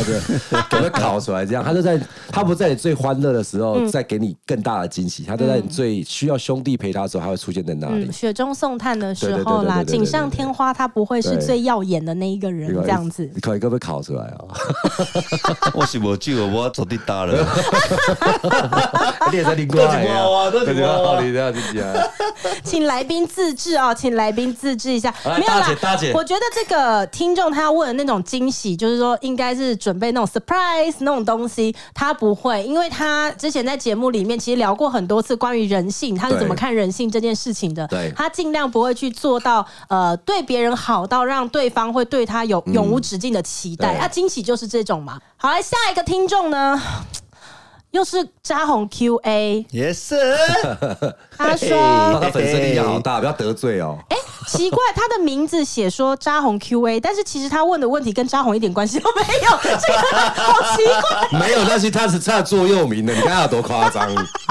S1: (laughs)
S3: 这给他烤出来这样。他就在他不在你最欢乐的时候，
S1: 嗯
S3: 再给你更大的惊喜；他就在你最需要兄弟陪他的时候，他会出现在那里
S1: 嗯，。雪中送炭的时候啦，
S3: 对对对对对对对
S1: 锦上添花，他不会是最耀眼的那一个人，
S3: 你看
S1: 嗯这样子。
S3: 你看你会不会烤出来啊？
S2: 我是没酒，我走地搭了。
S3: (laughs) 你也在拎过来啊？
S2: 都是我啊
S3: 你这样子讲，
S1: 请来宾自制哦，请来宾自制一下。
S3: 来
S1: 没有啦，
S3: 哎大姐大姐
S1: 我觉得这个听众他要问的那种惊喜，就是说应该是准备那种 surprise 那种东西，他不会，因为他之前在节目里面其实聊过很多次关于人性，他是
S3: 对
S1: 怎么看人性这件事情的。
S3: 对
S1: 他尽量不会去做到呃对别人好到让对方会对他有永无止境的期待。
S3: 对
S1: 啊，惊喜就是这种嘛。好来，下一个听众呢，又是扎红 Q&A，
S2: 也是，
S1: 他说。
S3: (laughs) 那 (laughs) 他粉丝力量好大，不要得
S1: (laughs)
S3: 罪哦。
S1: 哎、奇怪，他的名字写说扎红 Q&A，但是其实他问的问题跟扎红一点关系都没有，这个好奇怪。
S3: 没有，但是他是他的座右铭的，你看他有多夸
S1: (laughs)
S3: 张。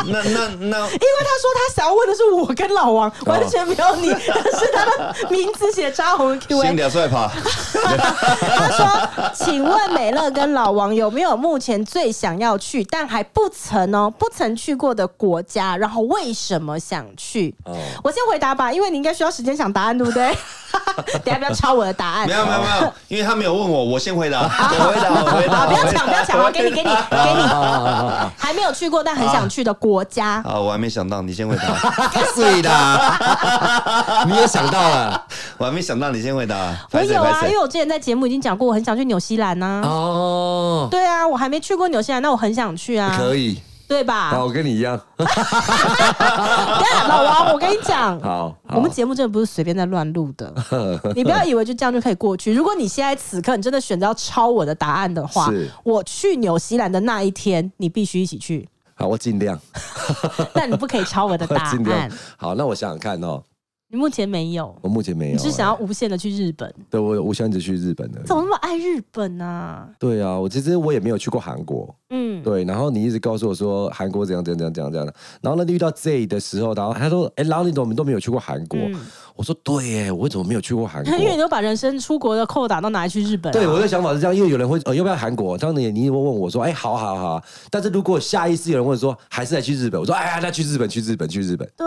S2: 那那那
S1: 因为他说他想要问的是我跟老王，完全没有你，但是他的名字写扎红
S2: 先
S1: Q&A。
S2: 聊帅吧。
S1: 他说：“请问美乐跟老王有没有目前最想要去但还不曾哦不曾去过的国家？然后为什么想去？”我先回答吧，因为你应该需要时间想答案，对不对？ (laughs) 等一下不要抄我的答案。
S2: 没有没有没有，因为他没有问我，我先回答，我回答，我回
S1: 好，
S2: 答，
S1: 不要抢，不要抢，好，给你，给你，给你，还没有去过但很想去的国家，
S2: 啊，我还没想到，你先回答，
S3: 对的，
S1: (laughs)
S3: 你也想到了
S2: 我还没想到，你先回答。
S1: 我
S2: 拍谁
S1: 有
S2: 拍
S1: 啊，因
S2: 谁
S1: 为？我之前在节目已经讲过，我很想去纽西兰呐。
S3: 哦，
S1: 对啊，我还没去过纽西兰，那我很想去啊，
S3: 可以。
S1: 对吧？
S3: 好，我跟你一样。 (laughs)
S1: 等一下老王，我跟你讲，
S3: 好好
S1: 我们节目真的不是随便在乱录的，你不要以为就这样就可以过去。如果你现在此刻你真的选择要抄我的答案的话
S3: 是，
S1: 我去纽西兰的那一天，你必须一起去，
S3: 好，我尽量，
S1: 但你不可以抄我的答
S3: (laughs) 尽量
S1: 案。。
S3: 好，那我想想看哦，
S1: 你目前没有，
S3: 我目前没有、欸
S1: 你是想要无限的去日本。
S3: 对我，我想一直去日本的。
S1: 怎么那么爱日本啊？
S3: 对啊，我其实我也没有去过韩国。
S1: 嗯，
S3: 对，然后你一直告诉我说韩国怎样怎样怎样怎样怎样的，然后呢遇到 Z 的时候，然后他说：“哎、老李，你怎么都没有去过韩国？”我说：“对耶，我怎么没有去 (laughs) 过韩国
S1: 嗯 (laughs) 因为你都把人生出国的扣打都拿来去日本、啊，
S3: 对，我的想法是这样，因为有人会呃要不要韩国，当年你也会问我说：“哎、好好好。”但是如果下意识有人问说还是来去日本，我说：“哎呀，那去日本，去日本，去日本。”
S1: 对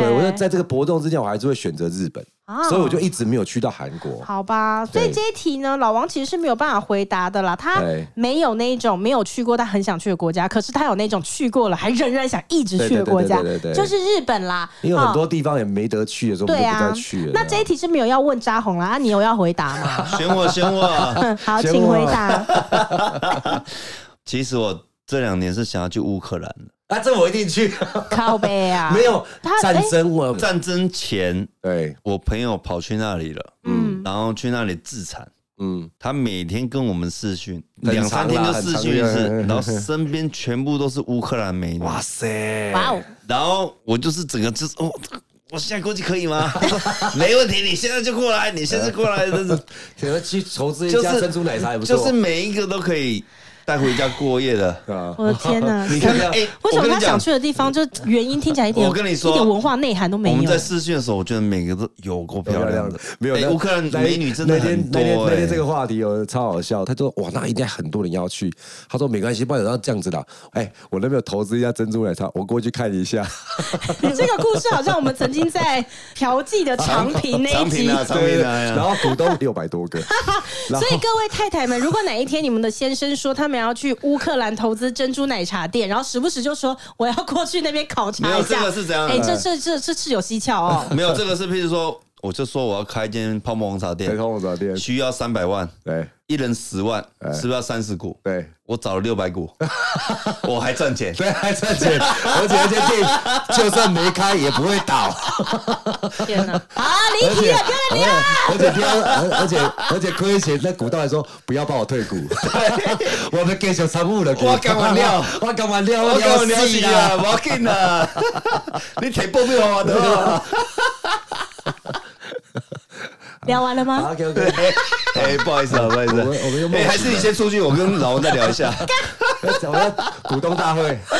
S3: 对，我在在这个搏动之间，我还是会选择日本，
S1: 啊
S3: 所以我就一直没有去到韩国。
S1: 好吧，所以
S3: 对
S1: 这一题呢，老王其实是没有办法回答的啦。他
S3: 对
S1: 没有那一种没有去过但很想去的国家，可是他有那种去过了还仍然想一直去的国家
S3: 对对对对对，对
S1: 就是日本啦。
S3: 因为很
S1: 哦
S3: 多地方也没得去的时候，我们
S1: 对
S3: 就不
S1: 啊
S3: 再去了。，
S1: 那这一题是没有要问扎红啦，啊，你有要回答
S3: (laughs)
S1: 吗？
S2: 选我，选我。
S1: 嗯，好，
S3: 结
S1: 请
S3: 果 (laughs)
S1: 回答。
S2: 其实我这两年是想要去乌克兰的，
S3: 啊，这我一定去。
S1: 靠背啊，
S3: 没有
S1: 他
S3: 战争我，
S2: 战争前，
S3: 对，
S2: 我朋友跑去那里了，嗯，然后去那里自产。
S3: 嗯，
S2: 他每天跟我们视讯，
S3: 很
S2: 两三
S3: 长
S2: 天
S3: 啦
S2: 就
S3: 很
S2: 视
S3: 长
S2: 讯一次
S3: 对对，对
S2: 然后身边全部都是乌克兰美女，
S3: 哇塞，
S1: 哇哦，
S2: 然后我就是整个就是哦，我现在过去可以吗？ (laughs) 他说没问题，你现在就过来，你现在就过来，真是
S3: 可能去投资一
S2: 就
S3: 家
S2: 是
S3: 珍珠奶茶哎也不错，
S2: 就是每一个都可以带回家过夜
S3: (laughs)
S2: 的。
S3: 啊，
S1: 我的天哪！
S3: (laughs) 你看看
S2: 哎
S1: 为什么
S2: 我跟
S1: 他
S2: 你讲
S1: 想去的地方，就是原因听起来一点，
S2: 我跟你说
S1: 一点文化内涵都没
S2: 我们
S1: 有
S2: 在。试训的时候，我觉得每个都有够漂
S3: 漂
S2: 亮
S3: 亮
S2: 的
S3: 的，，没有
S2: 哎
S3: 那
S2: 乌克兰
S3: 那
S2: 美女真的
S3: 那天
S2: 很多
S3: 那天那天
S2: 哎
S3: 这个话题有超好笑，他说哇，那应该很多人要去。他说没关系，不然要这样子的。哎、我那边有投资一家珍珠奶茶，我过去看一下。
S1: (laughs)
S3: (laughs)
S1: 这个故事好像我们曾经在调剂的长平那一
S2: 长
S1: 集
S2: 平。啊上面来啊
S3: 然后股东六
S1: (laughs)
S3: 百多个，然后
S1: 所以各位太太们，如果哪一天你们的先生说他们要去乌克兰投资珍珠奶茶店，然后时不时就说我要过去那边考
S2: 没
S1: 察
S2: 有
S1: 一下，
S2: 这个是怎样
S1: 哎、这这这这是有蹊跷
S2: (laughs)
S1: 哦。
S2: (laughs) 没有这个是，譬如说，我就说我要开一间泡沫红茶店
S3: 台，通红茶
S2: (laughs)
S3: 店，
S2: 需要三百万，
S3: 对
S2: 一人十万，是不是要三十股？
S3: 对。
S2: 我找了六百
S3: (laughs)
S2: 股，我还赚钱。
S3: 对，还赚钱，而且那间店就算没开也不会倒，
S1: 天哪！啊，
S3: 而
S1: 离题
S3: 且
S1: 了，不要再聊。
S3: 而且而而且而且亏钱，那股东还说不要帮我退股，我们给小仓务了，
S2: 我甘愿了，
S3: 我干完了，
S2: 我跟我
S3: 了
S2: 了
S3: 死
S2: 解啊，
S3: 啦，
S2: 无要紧啊，你提报啊俾我得啦。
S1: 聊完了吗？
S3: OK OK，
S2: (laughs) 哎，不好意思啊，不好意思啊，
S3: 我们我们又冒
S2: 哎，
S3: 险
S2: 还是你先出去，我跟老王再聊一下。
S3: 我要股东大会，
S1: (laughs)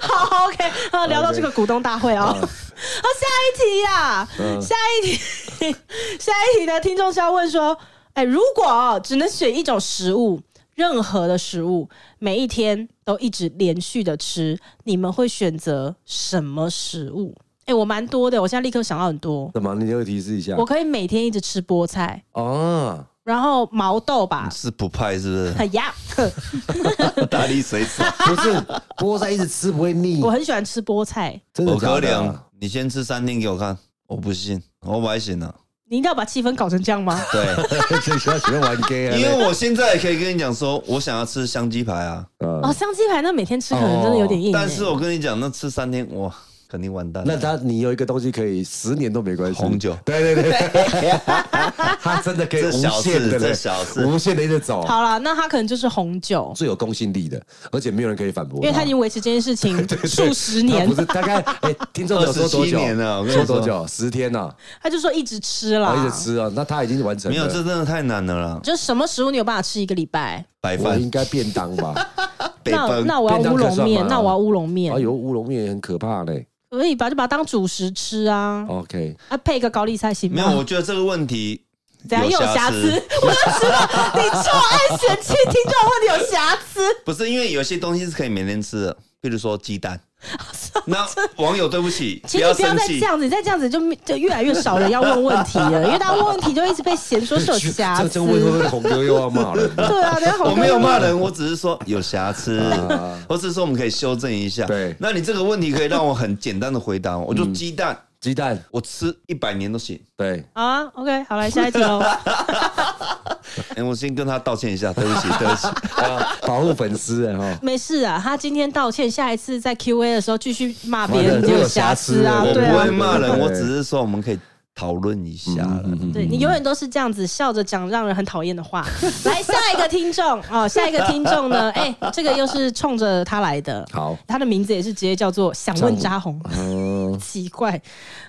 S1: 好，OK，啊，聊到这个股东大会哦。 (laughs) 啊，下一题呀、下一题， (laughs) 下一题的听众是要问说，哎、如果只能选一种食物，任何的食物，每一天都一直连续的吃，你们会选择什么食物？哎、我蛮多的，我现在立刻想到很多，
S3: 怎么？你有提示一下
S1: 我可以每天一直吃菠菜，
S3: 哦，
S1: 然后毛豆吧，
S2: (laughs) 是不派是不
S1: 很呀， (laughs)
S2: 是？ (laughs) 大力水手，
S3: 不是菠菜一直吃不会腻
S1: 我，很喜欢吃菠菜，
S3: 真的
S2: 我
S3: 假
S2: 哥
S3: 的
S2: 俩
S3: 啊？，
S2: 你先吃三天给我看，我不信，啊我不还行呢。
S1: 你一定要把气氛搞成这样吗？
S2: 对，
S3: 这 (laughs) 喜欢喜欢玩 gay 啊
S2: (laughs) 因为我现在也可以跟你讲说，我想要吃香鸡排啊，
S1: 哦，
S3: 嗯？
S1: 香鸡排那每天吃可能真的有点硬、欸
S2: 哦但是我跟你讲，那吃三天哇，肯定完蛋。
S3: 那他你有一个东西可以十年都没关系，
S2: 红酒
S3: 对
S2: (laughs)
S3: 对对，他真的可以
S2: 这
S3: 无
S2: 小事
S3: 限的嘞
S2: 这小事
S3: 无限的一直走，
S1: 好了，那他可能就是红酒，
S3: 最有公信力的，而且没有人可以反驳，
S1: 因为他已经维持这件事情数十年
S3: 他，不是大概哎，听众有说
S2: (laughs)
S3: 多
S2: 27
S3: 久
S2: 年了我跟你
S3: 说
S2: 说
S3: 多久？十天呐，
S1: 他就说一直吃啦，
S3: 我一直吃啊，那他已经完成了，
S2: 没有，这真的太难了啦。
S1: 就是什么食物你有办法吃一个礼拜？
S2: 白
S3: 我
S2: 饭
S3: 应该便当
S1: (laughs)
S3: 吧？
S2: 北
S1: 那
S2: 奔
S1: 那我要乌
S3: 便当可以
S1: 龙
S3: 算
S1: 面
S3: 吗，
S1: 那我要乌龙面
S3: 哎，呦，乌龙面也很可怕嘞。
S1: 可以吧？就把它当主食吃啊，
S3: OK，
S1: 啊配一个高丽菜行
S2: 没有，
S1: 吗
S2: 我？觉得这个问题
S1: 怎样又有瑕疵？我就知道你就爱嫌弃听众问你有瑕疵，
S2: 不是因为有些东西是可以每天吃的，比如说
S1: (laughs)
S2: 鸡蛋。那网友对不起，
S1: 请你
S2: 要
S1: 不要
S2: 生
S1: 再这
S2: 气。
S1: 样子，你再这样子就就越来越少人要问问题了，因为大家问问题就一直被嫌说是有瑕
S3: 这
S1: 疵
S3: 这。会不会红哥又要骂人？ (laughs)
S1: 对啊，等一下
S2: 我
S1: 红
S2: 没
S1: 哥
S2: 有
S1: 又
S2: 骂人，我只是说有
S1: (laughs)
S2: 瑕疵，
S3: 啊
S2: 我只是说我们可以修正一下。
S3: 对嗯
S2: 那你这个问题可以让我很简单的回答吗，我就鸡蛋，
S3: 鸡蛋，
S2: 我吃一百年
S1: (laughs)
S2: 都行。
S3: 对，
S1: 好啊，OK，好来下一题喽。
S2: 哎，我先跟他道歉一下，对不起，
S1: (laughs)
S2: 对不起。
S3: 保护粉丝哎哈。
S1: 没事啊，他今天道歉，下一次在 Q&A 的时候继续骂别
S3: 妈
S1: 人
S3: 的
S1: 就有瑕疵啊，
S2: 我
S3: 都
S2: 不
S3: 有瑕疵
S1: 对
S3: 了
S1: 啊
S2: 会。骂人，
S3: 对
S2: 我只是说我们可以讨论一下啦。
S3: 嗯
S1: 对你永远都是这样子笑着讲让人很讨厌的话。来下一个听众哦，下一个听众呢？哎、这个又是冲着他来的，
S3: 好，
S1: 他的名字也是直接叫做想问扎红，
S3: 嗯，
S1: 奇怪，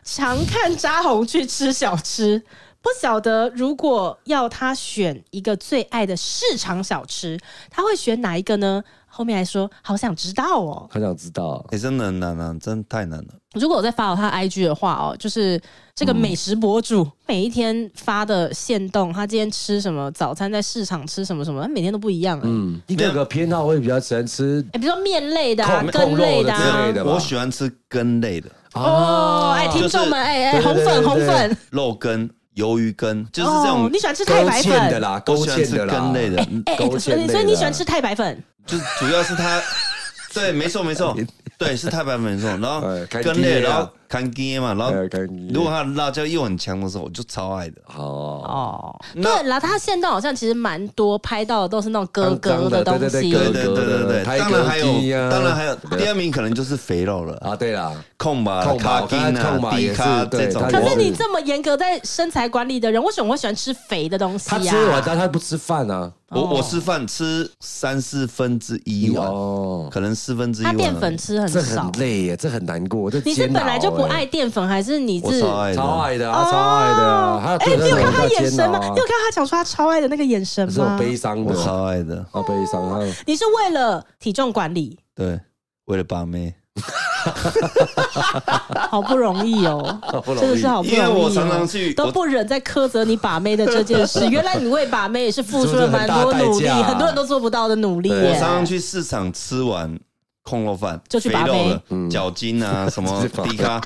S1: 常看扎红去吃小吃，不晓得如果要他选一个最爱的市场小吃，他会选哪一个呢？后面还说好想知道哦。
S3: 很想知道。
S2: 哎，真的很难啊，真的太难了。
S1: 如果我在发他 IG 的话哦，就是这
S3: 嗯
S1: 个美食博主、每一天发的现动，他今天吃什么早餐，在市场吃什么什么，他每天都不一样、嗯，
S3: 嗯，一个个偏好会比较喜欢吃
S1: 哎、比如说面类的、啊、
S3: 控
S1: 羹类的、
S3: 控肉的之
S1: 啊
S3: 类，的吧
S2: 我喜欢吃羹类的，
S1: 哦，哎，
S2: 是
S1: 听众们，哎哎，
S3: 对对
S1: 红
S3: 对
S1: 粉
S3: 对
S1: 红粉，
S2: 肉羹、鱿鱼羹，就是这
S1: 哦
S2: 种，
S1: 你喜欢吃
S3: 勾
S1: 太白
S3: 芡的
S1: 粉？
S3: 啦，勾
S2: 我喜欢
S3: 芡
S2: 吃
S3: 的啦，
S2: 羹类的，
S1: 哎哎，
S3: 勾芡
S1: 所以
S3: 类的
S1: 所以你喜欢吃太白粉？
S2: 就是主要
S1: (laughs)
S2: 是它，对，没错没错，对，是太白粉没错。然后
S3: 哎看
S2: 跟
S3: 爹
S2: 类，
S3: 啊
S2: 然后看鸡嘛，然后
S3: 哎看爹
S2: 如果它的辣椒又很强的时候，我就超爱的。
S3: 好，
S1: 哦，
S2: 那
S1: 对啦，他现动好像其实蛮多拍到的都是那种咯
S3: 刚
S1: 咯
S3: 刚
S1: 的
S3: 的
S1: 东
S3: 对对
S1: 西
S3: 对，
S2: 对对对对对，
S3: 台
S2: 当
S3: 哥
S2: 然还还有
S3: 鸡啊，
S2: 当然还有第二名可能就是肥肉了，
S3: 啊，对啦，
S2: 控吧、
S3: 控吧
S2: 咖
S3: 我
S2: 筋
S3: 刚才
S2: 啊
S3: 控、吧
S2: 低
S3: 也是
S2: 咖
S3: 对
S2: 这种
S3: 它。
S1: 可
S3: 也
S1: 是
S3: 是
S1: 你这么严格在身材管理的人，为什么会喜欢吃肥的东西啊
S3: 他
S1: 呀、
S3: 吃完，但他不吃饭啊。
S2: 我
S1: 哦
S2: 我吃饭吃三四分之一碗，
S3: 哦，
S2: 可能四分之一
S1: 他
S2: 碗。
S1: 淀粉吃很
S3: 这
S1: 少
S3: 很。累耶，这很难过。这
S1: 你是
S3: 煎熬
S1: 本来就不
S3: 耶
S1: 爱淀粉，还是你
S2: 我
S1: 是？
S2: 超爱的
S3: 超爱的啊，超爱的啊！还有
S1: 哎、
S3: 各
S1: 你有
S3: 种
S1: 看他
S3: 叫
S1: 眼
S3: 煎
S1: 神
S3: 熬
S1: 吗？
S3: 啊
S1: 你有，看他讲出他超爱的那个眼神
S3: 可是
S1: 吗
S3: 我？悲伤
S2: 我
S3: 的，
S2: 超爱的，
S3: 好悲伤。还有
S1: 你是为了体重管理，
S2: 对，为了把妹，
S1: 好不容易哦，
S3: 不容易
S1: 真的是好不容易、哦。
S2: 因为我常常去
S1: 都
S2: 我
S1: 不忍再苛责你把妹的这件事。原来你为把妹也是付出了蛮
S3: 付出
S1: 多
S3: 了很大
S1: 努力，
S3: 代价啊
S1: 很多人都做不到的努力
S2: 我
S1: 耶。
S2: 常常去市场吃完控肉饭，
S1: 就去
S2: 肥
S1: 把妹
S2: 肉了，脚筋
S3: (laughs)
S2: 啊什么
S3: 嗯去把妹
S2: 低咖。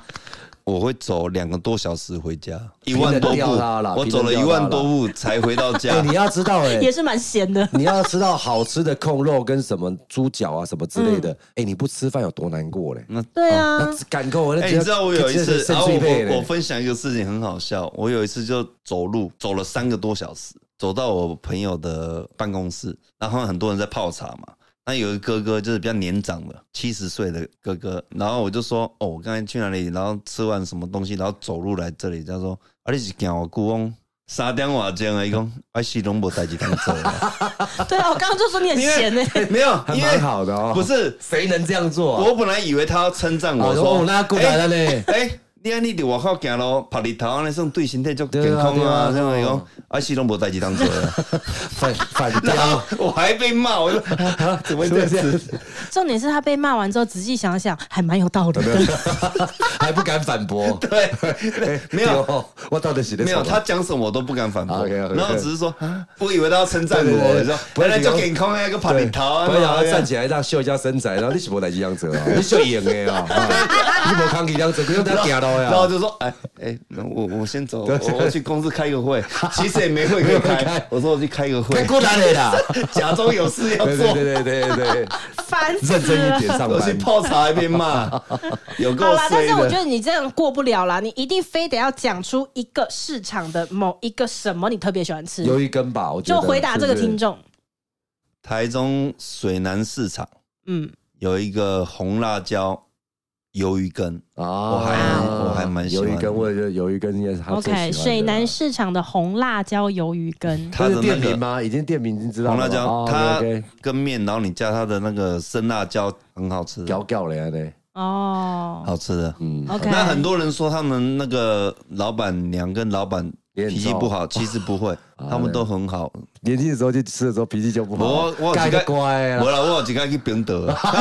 S2: 我会走两个多小时回家，一
S3: 平衡
S2: 万多
S3: 掉它啦
S2: 步，我走了一
S3: 平衡掉它
S2: 万
S3: 啦
S2: 多步才回到
S3: (laughs)
S2: 家
S3: 哎，。你要知道，哎
S1: 也，是蛮闲的。
S3: 你要吃到好吃的控肉跟什么猪脚啊什么之类
S1: 嗯
S3: 的，哎，你不吃饭有多难过嘞？
S1: 对啊
S3: 那，敢够我，那
S2: 哎、
S3: 只要
S2: 你知道我有一次
S3: 这，是
S2: 然后我
S3: 最累
S2: 我我
S3: 嘞。
S2: 分享一个事情很好笑，我有一次就走路走了三个多小时，走到我朋友的办公室，然后很多人在泡茶嘛。那有一个哥哥就是比较年长的，七十岁的哥哥，然后我就说，哦，我刚才去哪里，然后吃完什么东西，然后走路来这里。他说，啊，你是行我故翁三点外钟啊，伊讲，啊，是拢无代志通做啊，
S1: 对啊，我刚刚就说 (laughs) 你很闲欸呢。
S2: 没有，
S3: (laughs)
S2: (laughs)
S3: 还
S2: 因
S3: 蛮
S2: 为
S3: 好的哦
S2: 不是，
S3: 谁能这样做啊？
S2: 我本来以为他要称赞我说，
S3: 哦那过来了嘞。
S2: 哎、 (laughs) 你安尼伫外口行路，晒日头安尼算对身体足健康
S3: 对
S2: 啊，
S3: 啊
S2: 这
S3: 对啊
S2: 样讲，啊是拢无代志当做啊。
S3: (laughs) 反反
S2: 然
S3: 标
S2: 后我还被骂， (laughs) 我说啊怎么会这样
S3: (laughs) 怎么会
S2: 子？
S1: 重点是他被骂完之后，仔细想想还蛮有道理的。
S3: 还不敢反驳，
S2: (laughs) (laughs) 对， (laughs) 没有。
S3: 对哦，我到底写的
S2: 没有，他讲什么我都不敢反驳，
S3: OK，OK，OK
S2: 然后只是说，啊我以为他要称赞
S3: 对对
S2: 我，
S3: 对
S2: 你说
S3: 不
S2: 本
S3: 是
S2: 来就
S3: 讲
S2: 健康那个爬日头啊，
S3: 不要站
S2: 起
S3: 起来让秀一下身材，然后你是无代志样
S2: (laughs)
S3: 子啊，你秀赢的啊，你无抗拒样子，不用在行路
S2: 哎
S3: 哦
S2: 然后
S3: 呀。
S2: 就说，哎哎，那我我先
S3: (laughs)
S2: 走，我我去公司开个会，其实也没会可以
S3: 没有
S2: 开
S3: 开，
S2: 我说我去开个会
S3: 太，过来了啦！
S2: 假装有事 (laughs) 要
S3: 对
S2: 做
S3: 对，对对对对，
S1: (laughs) 烦死
S3: 认真一点
S1: 了。
S3: 上
S2: 我 (laughs) 去
S3: 班。
S2: 泡茶一
S1: (laughs)
S2: 边骂，有够
S1: 好啦，但
S2: 衰
S1: 是我
S2: 的
S1: 觉。得你这样过不了啦，你一定非得要讲出一个市场的某一个什么你特别喜欢吃，
S3: 鱿鱼羹吧，我觉
S1: 就
S3: 得
S1: 回答这个听。众。
S2: 台中水南市场
S1: 嗯，
S2: 有一个红辣椒鱿鱼羹，
S3: 啊，
S2: 我还我还蛮喜欢
S3: 鱿鱼羹，我觉得鱿鱼羹应该是他最喜欢
S1: OK，
S3: 的。
S1: 水南市场的红辣椒鱿鱼羹，
S2: 它的
S3: 它是
S2: 那
S3: 店名
S2: 个
S3: 吗？已经店名已经知道
S2: 红
S3: 了哦
S2: 辣
S3: 吗。
S2: 椒，
S3: 它
S2: 它跟面，然后你加它的那个生辣椒，很好吃，
S3: 屌屌了呀嘞，
S1: 哦
S2: 好吃的。
S3: 嗯，
S1: ，OK，
S2: 那很多人说他们那个老板娘跟老板
S3: 也很
S2: 脾气
S3: 糟
S2: 不好，其实不
S3: (laughs)
S2: 会，
S3: 哎
S2: 他们都很好。
S3: 年轻的时候去吃的时候脾气就不好，
S2: 我我有
S3: 哦盖
S2: 几
S3: 个
S2: 个
S3: 乖
S2: 我
S3: 啦，
S2: 啦，我有几个去冰岛的。开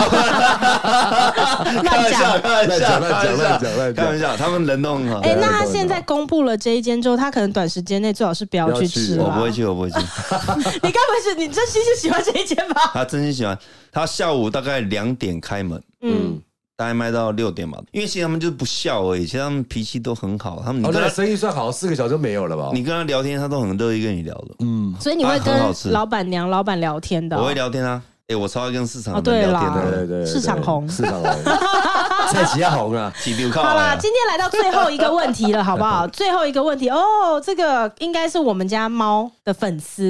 S1: 乱
S2: 玩
S1: 讲
S2: 笑，。开玩笑，
S3: 乱讲乱讲乱讲乱讲
S2: 开玩笑，他们人都很好。
S1: 哎、那他现在公布了这一间之后，他可能短时间内最好是不要去吃
S3: 对
S1: 了。
S2: 我
S1: (laughs)
S2: 不会去，我不会去。
S1: 你该不会是你真心是喜欢这一间吧？
S2: 他真心喜欢。他下午大概两点开门，
S1: 嗯，
S2: 大概卖到六点吧。因为其实他们就是不笑而已，其实他们脾气都很好。他们你
S3: 哦，
S2: 跟
S3: 那
S2: 他、
S3: 个生意算好，四个小时就没有了吧？
S2: 你跟他聊天，他都很乐意跟你聊的。
S1: 所以你会
S2: 啊
S1: 跟
S2: 很好吃
S1: 老板娘、老板聊天的哦、
S2: 我会聊天啊，哎、我超爱跟市场
S1: 哦
S2: 人聊天
S1: 对啦
S3: 对啊
S2: 的，
S3: 对对，
S1: 市场红
S3: 市场红，蔡奇亚红啊，
S2: 起丢靠
S1: 好啦，
S2: 啊。
S1: 今天来到最后一个问题了，好不
S3: (laughs)
S1: 好？最后一个问题哦，这个应该是我们家猫的粉丝，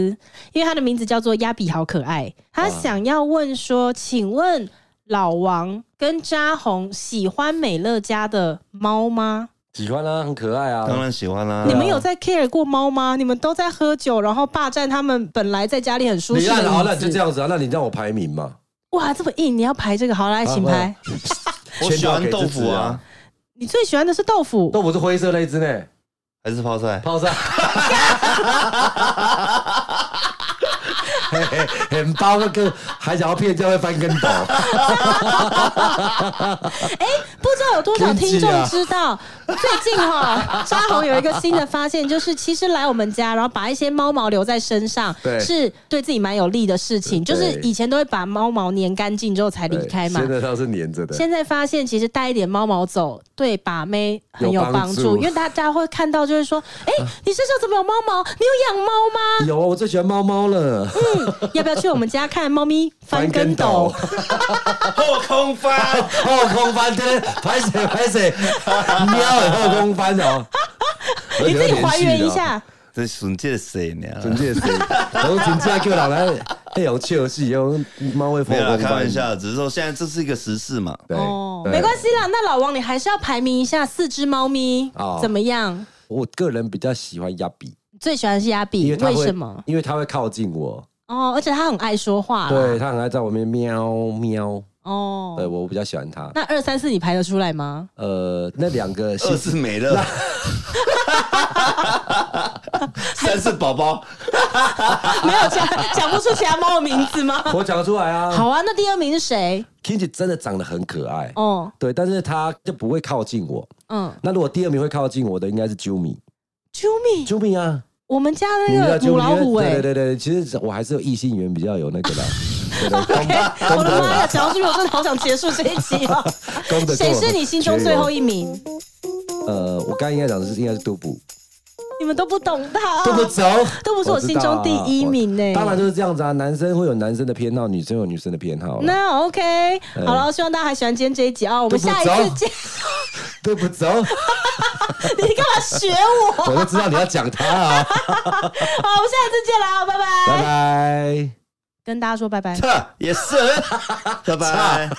S1: 因为它的名字叫做亚比，好可爱。他想要问说，请问老王跟扎红喜欢美乐家的猫吗？
S3: 喜欢啊，很可爱
S2: 当
S3: 啊。
S2: 然喜欢啦、
S1: 你们有在 care 过猫吗？你们都在喝酒，然后霸占他们本来在家里很舒
S3: 你
S1: 适
S3: 那
S1: 的
S3: 好，那你就
S1: 椅
S3: 这
S1: 子。
S3: 样子啊，那你让我排名嘛，
S1: 哇，这么硬，你要排这个？好，来，请排。
S2: 我喜欢豆腐啊，
S1: 你最喜欢的是豆腐，
S3: 豆腐是灰色那一只呢，
S2: 还是泡
S3: (laughs)
S2: 菜？啊
S3: 泡
S1: (laughs)
S3: 菜。嘿嘿很包个跟还想要骗教会翻跟斗，
S1: 不知道有多少听
S3: 天气
S1: 众
S3: 啊
S1: 知道，最近
S3: (laughs)
S1: 哈、扎红有一个新的发现，就是其实来我们家，然后把一些猫毛留在身上，
S3: 对
S1: 是对自己蛮有利的事情。
S3: 对
S1: 就是以前都会把猫毛粘干净之后才离开嘛
S3: 对现。在它是粘着的，
S1: 现在发现，其实带一点猫毛走，对把妹很有
S3: 有帮
S1: 帮助，
S3: 助
S1: 因为大家会看到，就是
S3: (laughs)
S1: 说，哎、你身上怎么有猫毛？你有养猫吗？
S3: 有啊，我最喜欢猫猫了，
S1: 要不要去我们家看猫咪 (laughs) 翻跟斗？
S2: 后空 (laughs) 翻，
S3: 后空翻，
S1: (laughs)
S3: 对对，拍水拍水，喵有后空翻哦。
S1: 你自己还原一，下，
S2: 这纯粹谁呢？
S3: 纯洁水，然后纯洁叫人来那种切尔西用猫会
S2: 没
S3: 疯
S2: 有啦，
S3: 狂
S2: 开玩，笑，只是说现在这是一个时事嘛。
S3: 对，
S1: 哦，
S3: 对
S1: 没关系啦。那老王，你还是要排名一下四只猫咪、
S3: 哦
S1: 怎么样？
S3: 我个人比较喜欢亚比，
S1: 最喜欢的是亚
S3: 因
S1: 比，
S3: 为它
S1: 为
S3: 会
S1: 什么？？
S3: 因为它会靠近我，
S1: 哦，而且它很爱说话啦。
S3: 对，它很爱在我面喵喵，
S1: 哦，
S3: 对我比较喜欢它。
S1: 那二三四你排得出来吗？ (laughs)
S3: 呃，那两个
S2: 二
S3: 性
S2: 是没了， (laughs) 三是宝宝，
S1: 没有讲讲不出其他猫的名字
S3: (laughs)
S1: 吗？
S3: 我讲得出来啊
S1: 好啊，那第二名是谁？
S3: ，Kinji 真的长得很可爱，
S1: 哦，
S3: 对，但是它就不会靠近我。
S1: 嗯，
S3: 那如果第二名会靠近我的，应该是 Jumi，Jumi
S1: 啾咪，
S3: 啊，
S1: 我们家
S3: 你知道
S1: 那个
S3: Jumi，
S1: 母老虎哎、
S3: 对对对对，其实我还是有异性缘比较有
S1: (laughs)
S3: 那个的，对对
S1: OK，我哎的妈呀！讲到这边，我真的好想结束这一集
S3: (laughs)
S1: 哦。
S3: 攻得过
S1: 谁是你心中最后
S3: 一？
S1: 一名？
S3: 呃，我刚刚应该讲的是应该是杜甫，
S1: 你们都不懂
S3: (laughs)
S1: 他、
S3: 杜甫走，
S1: 都哦不是我心中第一名欸呢
S3: 我知道啊我当然就是这样子啊，男生会有男生的偏好，女生有女生的偏好啦。哎
S1: 那 OK，好了，希望大家还喜欢今天这一集啊！我们下一
S3: 都
S1: 次
S3: 不走
S1: 见。 (laughs)
S3: 杜甫走，
S1: 你干嘛学我？
S3: 我就知道你要讲
S1: (laughs)
S3: 他啊，
S1: 好，我们下一次见啦，拜拜。
S3: 拜拜。
S1: 跟大家说拜拜。
S2: 也是，拜拜。